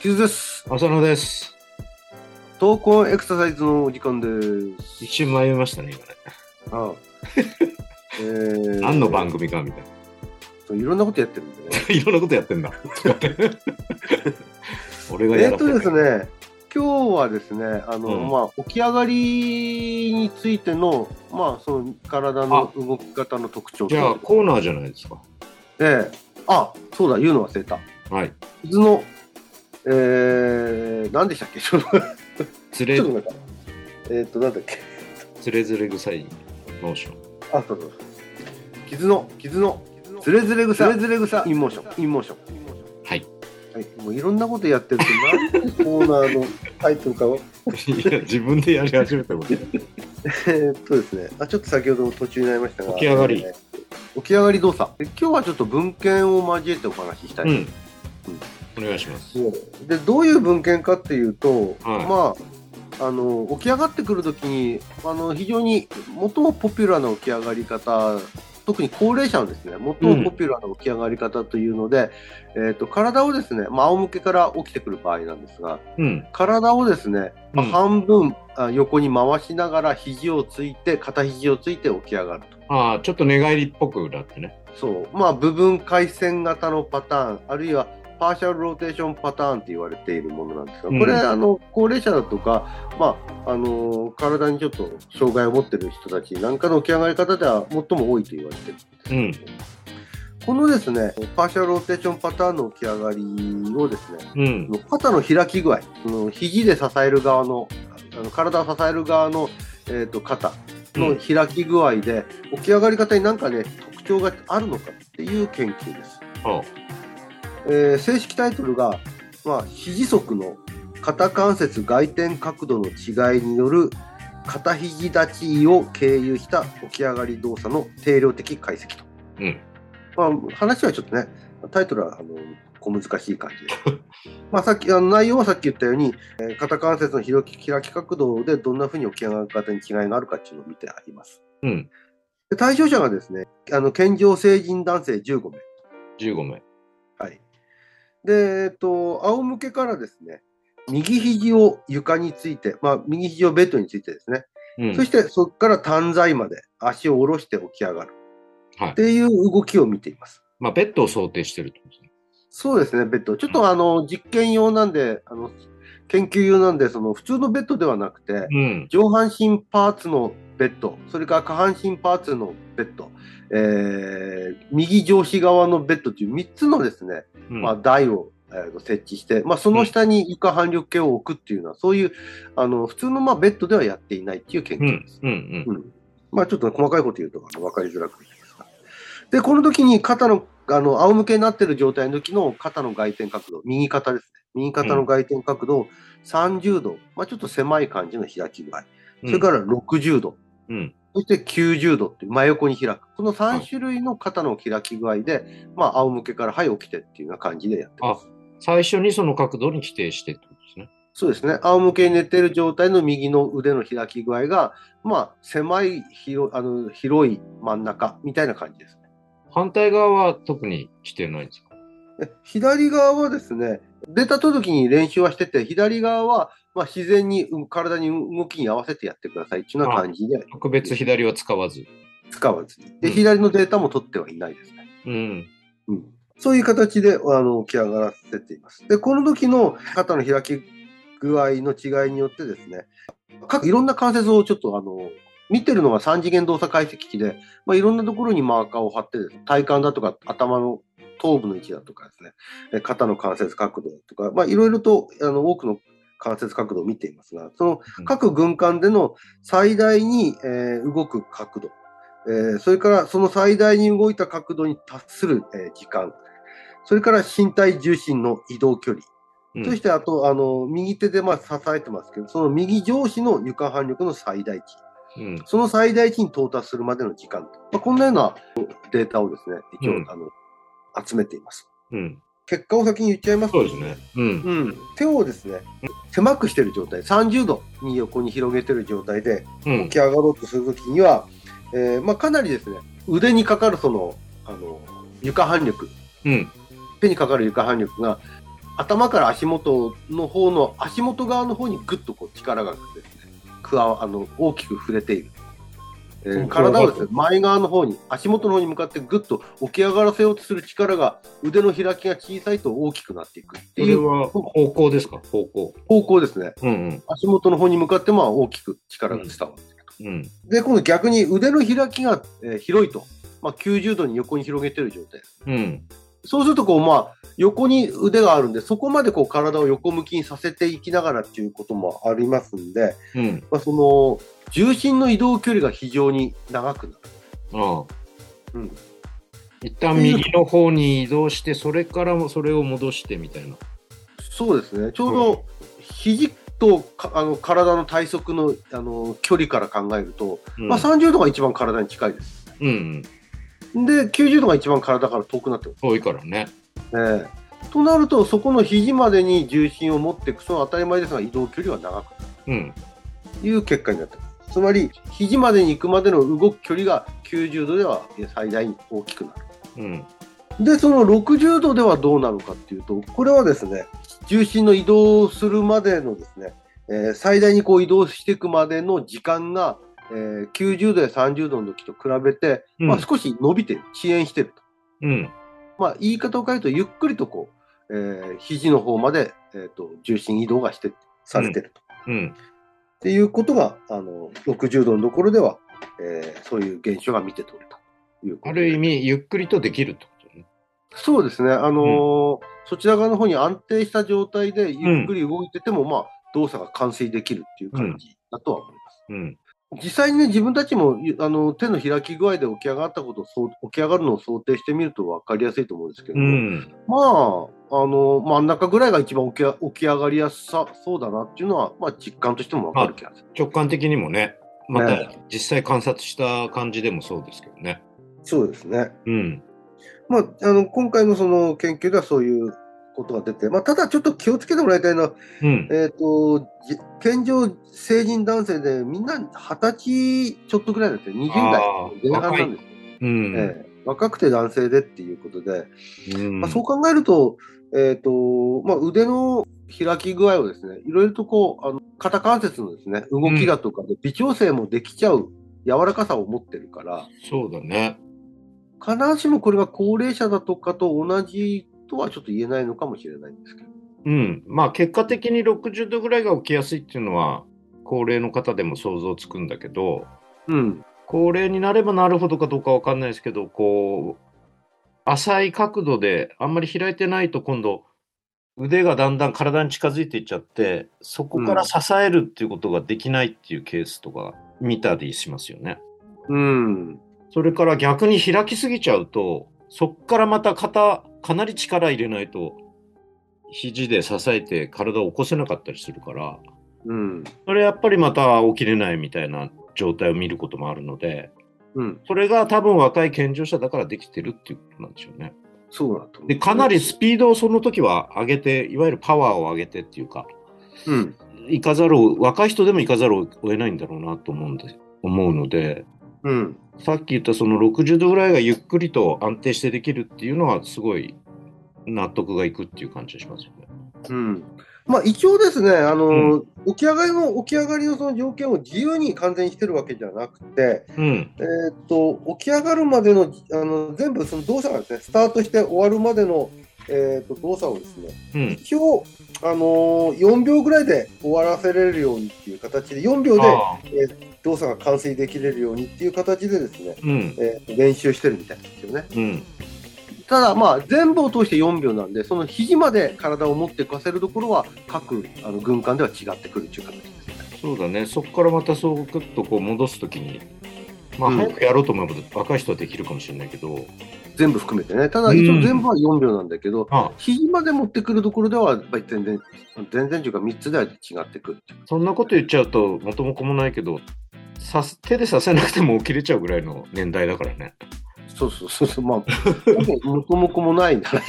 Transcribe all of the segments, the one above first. キズです。浅野です。投稿エクササイズのお時間です。一瞬迷いましたね、今ね。ああえー何の番組かみたいな。そういろんなことやってるんでね。いろんな ことやってんだ。俺がえーやだっとですね。ね、今日はですね、あの、うんまあ、起き上がりについての、まあ、その体の動き方の特徴じゃあ、コーナーじゃないですか。ええあ、そうだ、言うの忘れた。はい。伊豆の、えー、何でしたっけちょっとちょっつとれ、待って。えーっと、なんだっけつれずれ臭いモーション。あ、そうそう。傷の、傷の、ずれずれ草、ずれずれ草、インモーション、インモーション。はい。 はい、もういろんなことやってるけど、なんでコーナーのタイトルかは。いや、自分でやり始めたことだよ えーっとですね、あ、ちょっと先ほども途中になりましたが。起き上がりえー起き上がり動作。で今日はちょっと文献を交えてお話ししたい。うん。お願いします。で、どういう文献かっていうと、はいまあ。あの起き上がってくるときにあの非常に最もポピュラーな起き上がり方特に高齢者のですね最もポピュラーな起き上がり方というので、えー、と体をですね、まあ仰向けから起きてくる場合なんですがうん。体をですねうまあん半分あ横に回しながら肘をついて片肘をついて起き上がるとああ、ちょっと寝返りっぽくなってね。そうまあ部分回線型のパターンあるいはパーシャルローテーションパターンって言われているものなんですがこれ、うんあの高齢者だとか、まああの体にちょっと障害を持っている人たちなんかの起き上がり方では最も多いと言われているうん。このですねパーシャルローテーションパターンの起き上がりをですねうん。肩の開き具合、その肘で支える側の、あの体を支える側の、えー、と肩の開き具合で、起き上がり方になんかね、特徴があるのかっていう研究です。ああえー正式タイトルが、まあ、肘側の肩関節外転角度の違いによる肩肘立ちを経由した起き上がり動作の定量的解析と。うん。まあ、話はちょっとね、タイトルはあの小難しい感じで。 まあさっきあの内容はさっき言ったように、えー肩関節の開き開き角度でどんなふうに起き上がり方に違いがあるかっていうのを見てあります。うん。で対象者がですね、あの健常成人男性15名。 15名。はい。で、えっと、仰向けからですね、右肘を床について、まあ、右肘をベッドについてですね、うん。そしてそこから短在まで足を下ろして起き上がるはいっていう動きを見ています。まあ、ベッドを想定してるってことですね。そうですね、ベッド。ちょっとあの実験用なんで、あの研究用なんで、その普通のベッドではなくて、うん。上半身パーツのベッド、それから下半身パーツのベッド、えー右上肢側のベッドという3つのですね、うんまあ、台を、えーと設置して、まあ、その下に床反力計を置くっていうのは、そういうあの普通のまあベッドではやっていないっていう研う究んです。。うん。うん。うんまあちょっと細かいこと言うとあの分かりづらくなりますが。で、この時に肩の、あの、仰向けになってる状態の時の肩の外転角度、右肩ですね。右肩の外転角度を30度、まあちょっと狭い感じの開き具合。それから60度、うん。そして90度っていう真横に開く。この3種類の肩の開き具合で、まあ仰向けから、はい、起きてっていうような感じでやってます。最初にその角度に規定してってことですね。そうですね。仰向けに寝てる状態の右の腕の開き具合が、まあ、狭い、広あの広い真ん中みたいな感じですね。反対側は特に規定ないんですかで左側はですね、データ取る時に練習はしてて、左側は、まあ、自然にうん体に動きに合わせてやってくださいっていうような感じで特別左は使わず。使わずに。で、うん左のデータも取ってはいないですね。うん。うん、そういう形であの起き上がらせています。で、この時の肩の開き具合の違いによってですね、各いろんな関節をちょっとあの見てるのが3次元動作解析機で、まあ、いろんなところにマーカーを貼ってですね、体幹だとか頭の頭部の位置だとかですね、え肩の関節角度だとか、まあ、いろいろとあの多くの関節角度を見ていますが、その各軍艦での最大に、えー動く角度、えーそれからその最大に動いた角度に達する、えー時間、それから身体重心の移動距離、うんそしてあとあの右手でまあ支えてますけど、その右上肢の床反力の最大値、うん。その最大値に到達するまでの時間、まあ、こんなようなデータをですね、一応、うんあの集めています。うん。結果を先に言っちゃいますそうですね。うん。うん、手をですね狭くしてる状態30度に横に広げてる状態でうん起き。上がろうとするときには、えーまあ、かなりですね腕にかかるそのあの床反力うん。手にかかる床反力が頭から足元の方の足元側の方にグッとこう力がですね加わあの大きく触れている、えーうん体をですね前側の方に足元の方に向かってグッと起き上がらせようとする力が腕の開きが小さいと大きくなっていくってそいれうは方向ですか方向。方向ですねうん足元の方に向かってまあ大きく力が伝わる、うん。うん。で今度逆に腕の開きが、えー広いと、まあ、90度に横に広げてる状態うん。そうするとこう、まあ、横に腕があるんで、そこまでこう体を横向きにさせていきながらっていうこともありますんで、うん。まあ、その重心の移動距離が非常に長くなる。ああ。うん、一旦右の方に移動して、それからもそれを戻してみたいな。そうですね、ちょうど肘とかあの体の体側のあの距離から考えると、うん。まあ、30度が一番体に近いです。うんうん。で、90度が一番体から遠くなってます遠いからね。ね。となると、そこの肘までに重心を持っていく、その当たり前ですが、移動距離は長くなる。うん。いう結果になってます。つまり、肘までに行くまでの動く距離が90度では最大に大きくなる。うん。で、その60度ではどうなるかっていうと、これはですね、重心の移動するまでのですね、えー最大にこう移動していくまでの時間が、えー90度や30度の時と比べて、うんまあ、少し伸びてる、遅延してると。うん。まあ、言い方を変えると、ゆっくりとこう、えー肘の方まで、えーと重心移動がして、されてると。うん。っていうことが、あの、60度のところでは、えーそういう現象が見て取れたということあでる意味、ゆっくりとできるってことね。そうですね。あのーそちら側の方に安定した状態でゆっくり動いてても、まあ、動作が完遂できるっていう感じだとは思います。うん。実際にね、自分たちも、ゆあの、手の開き具合で起き上がったことをそう、起き上がるのを想定してみると分かりやすいと思うんですけど、うん。まあ、あの、真ん中ぐらいが一番起きあ起き上がりやすさそうだなっていうのは、まあ、実感としても分かる気がする。直感的にもね、またね実際観察した感じでもそうですけどね。そうですね。うん。まあ、あの今回のその研究ではそういうことが出て、まあ、ただちょっと気をつけてもらいたいのは、うん。えー、とじ健常成人男性でみんな二十歳ちょっとぐらいなんですよ、20代あー前半なんですよ、うん。ええ若くて男性でっていうことで、うんまあ、そう考えると,、えーとまあ、腕の開き具合をですねいろいろとこうあの肩関節のですね動きだとかで微調整もできちゃう柔らかさを持ってるから。そうだね。必ずしもこれが高齢者だとかと同じとはちょっと言えないのかもしれないんですけど。うん。まあ結果的に60度ぐらいが起きやすいっていうのは、高齢の方でも想像つくんだけど、うん。高齢になればなるほどかどうかわかんないですけど、こう、浅い角度であんまり開いてないと今度、腕がだんだん体に近づいていっちゃって、そこから支えるっていうことができないっていうケースとか見たりしますよね。うん。それから逆に開きすぎちゃうと、そっからまた肩、かなり力入れないと、肘で支えて体を起こせなかったりするから、うん。それやっぱりまた起きれないみたいな状態を見ることもあるので、うん。それが多分若い健常者だからできてるっていうことなんでしょうね。そうだと思う。で、かなりスピードをその時は上げて、いわゆるパワーを上げてっていうか、うん。行かざるを、若い人でも行かざるを得ないんだろうなと思うんで、思うので、うん。さっき言ったその60度ぐらいがゆっくりと安定してできるっていうのはすごい納得がいくっていう感じがしますよね。うん。まあ一応ですね、あの、起き上がりの、起き上がりのその条件を自由に完全にしてるわけじゃなくて、うん。えーっと、起き上がるまでの、あの、全部その動作がですね、スタートして終わるまでの、えーっと、動作をですね、うん。一応、あのー、4秒ぐらいで終わらせれるようにっていう形で、4秒でああ動作が完遂できれるようにっていう形でですね、うん。えー練習してるみたいなんですよね。うん。ただまあ全部を通して4秒なんで、その肘まで体を持ってかせるところは各あの軍艦では違ってくるっていう形ですね。そうだね。そこからまたそうぐっとこう戻すときに、まあうん早くやろうと思えば若い人はできるかもしれないけど、全部含めてね。ただ一応全部は4秒なんだけど、ああ肘まで持ってくるところではやっぱり全然、全然というか3つでは違ってくるっていう。そんなこと言っちゃうと元も子もないけど、さす手でさせなくても起きれちゃうぐらいの年代だからね。そうそうそうそう、まあ、もともこもないんだね。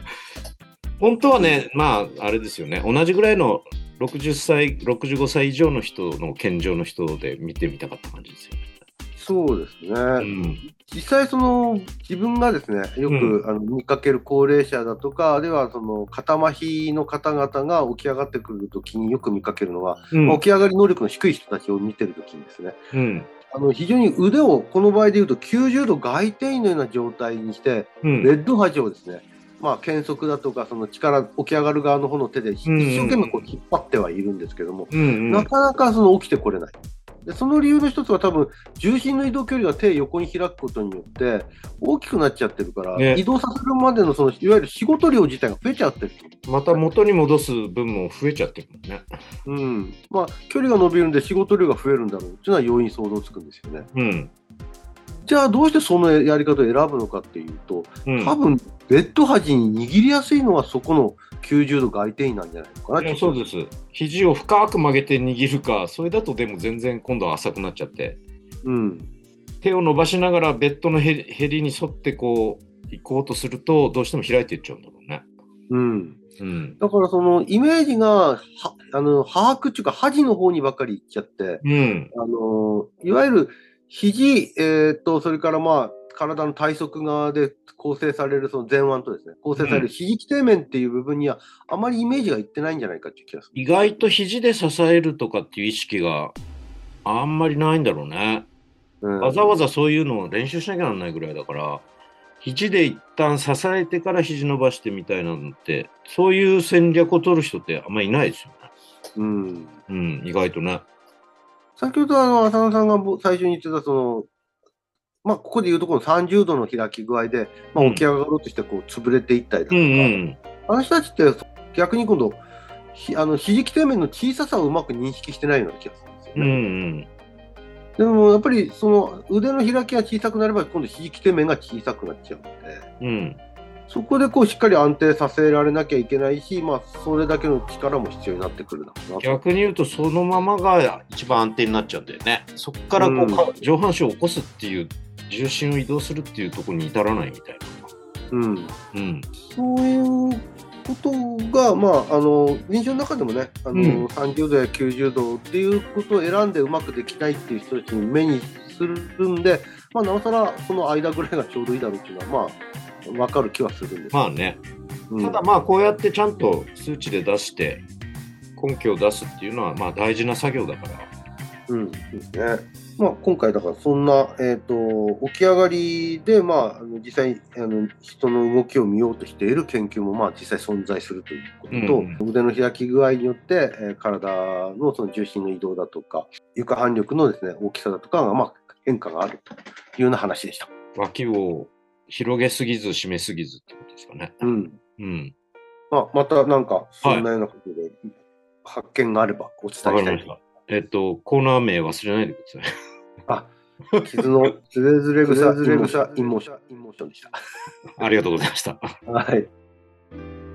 本当はね、まあ、あれですよね、同じぐらいの60歳、65歳以上の人の健常の人で見てみたかった感じですよね。そうですね。うん、実際、その自分がですね、よく、うあの見かける高齢者だとか、あるいはその肩麻痺の方々が起き上がってくるときによく見かけるのは、うんまあ起き上がり能力の低い人たちを見てるときにですね、うん、あの非常に腕をこの場合で言うと90度外転位のような状態にして、うんレッド波状ですね、まあ、検測だとか、その力、起き上がる側の方の手で一うんうん生懸命こう引っ張ってはいるんですけども、うん、なかなかその起きてこれない。でその理由の一つは多分重心の移動距離が手横に開くことによって大きくなっちゃってるから、ね移動させるまでのそのいわゆる仕事量自体が増えちゃってる、また元に戻す分も増えちゃってるもんね。うんまあ、距離が伸びるんで仕事量が増えるんだろうっていうのは容易に想像つくんですよねうん。じゃあどうしてそのやり方を選ぶのかっていうとうん、多分レッド端に握りやすいのはそこの90度外転位なんじゃないのかな、いやそうです。肘を深く曲げて握るか、それだとでも全然今度は浅くなっちゃって、うん、手を伸ばしながらベッドのへりへりに沿ってこう行こうとすると、どうしても開いていっちゃうんだろうね。うん、うん。だからそのイメージがはあの把握っていうか端の方にばっかり行っちゃってうん。あのーいわゆる肘、えー、とそれからまあ体の体側側で構成されるその前腕とですね構成されうんる肘基底面っていう部分にはあまりイメージがいってないんじゃないかっていう気がする。意外と肘で支えるとかっていう意識があんまりないんだろうね。うんわざわざそういうのを練習しなきゃならないぐらいだから、肘で一旦支えてから肘伸ばしてみたいなのって、そういう戦略を取る人ってあんまりいないですよね。うん、うん、意外とね。先ほどあの浅野さんがぼ最初に言ってたその、まあ、ここで言うとこの30度の開き具合で、まあ、うん起き上がろうとしてこう潰れていったりだとうか、んうん。あの人たちって逆に今度ひあの肘基底面の小ささをうまく認識してないような気がするんですようね。んうん。でもやっぱりその腕の開きが小さくなれば今度肘き手面が小さくなっちゃうのでうん。そこでこうしっかり安定させられなきゃいけないし、まあ、それだけの力も必要になってくるだろうな逆に言うと、そのままが一番安定になっちゃうんだよね。そこからこう、うんか上半身を起こすっていう、重心を移動するっていうところに至らないみたいな。うん、うん。そういうことが、まあ、あの臨床の中でもねあの、うん30度や90度っていうことを選んでうまくできないっていう人たちに目にするんで、まあ、なおさらその間ぐらいがちょうどいいだろうっていうのは、まあ、分かる気はするんです。まあね。うんただまあこうやってちゃんと数値で出して根拠を出すっていうのはまあ大事な作業だから。うん、ですね。まあ、今回だからそんな、えっ、と、起き上がりで、まああの、実際、あの、人の動きを見ようとしている研究も、まあ、実際存在するということと、うん腕の開き具合によって、えー体のその重心の移動だとか、床反力のですね、大きさだとかが、まあ、変化があるというような話でした。脇を広げすぎず締めすぎずってことですかね。うん。うん。まあ、またなんか、そんなようなことで、発見があればお伝えしわかりたまいした。えっと、コーナー名忘れないでください。傷 のズレズレ草、ズズレズレレ草草、インモーション、インモーションでした。ありがとうございました。はい。